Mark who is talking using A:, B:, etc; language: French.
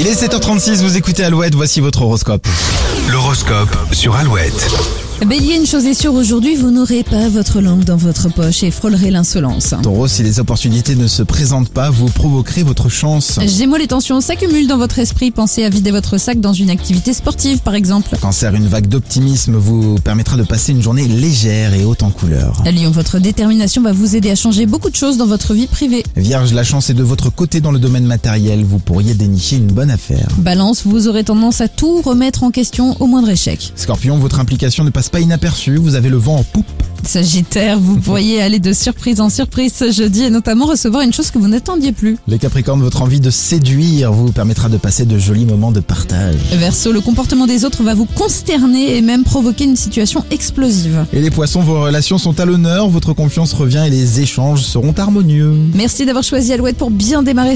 A: Il est 7h36, vous écoutez Alouette, voici votre horoscope.
B: L'horoscope sur Alouette.
C: Bélier, une chose est sûre, aujourd'hui vous n'aurez pas votre langue dans votre poche et frôlerez l'insolence.
A: Taureau, si les opportunités ne se présentent pas, vous provoquerez votre chance.
C: Gémeaux, les tensions s'accumulent dans votre esprit, pensez à vider votre sac dans une activité sportive par exemple.
A: Cancer, une vague d'optimisme vous permettra de passer une journée légère et haute en couleurs.
C: Lyon, votre détermination va vous aider à changer beaucoup de choses dans votre vie privée.
A: Vierge, la chance est de votre côté dans le domaine matériel, vous pourriez dénicher une bonne affaire.
C: Balance, vous aurez tendance à tout remettre en question au moindre échec.
A: Scorpion, votre implication ne passe pas inaperçue, vous avez le vent en poupe.
C: Sagittaire, vous pourriez aller de surprise en surprise ce jeudi et notamment recevoir une chose que vous n'attendiez plus.
A: Les Capricornes, votre envie de séduire vous permettra de passer de jolis moments de partage.
C: Verseau, le comportement des autres va vous consterner et même provoquer une situation explosive.
A: Et les poissons, vos relations sont à l'honneur, votre confiance revient et les échanges seront harmonieux.
C: Merci d'avoir choisi Alouette pour bien démarrer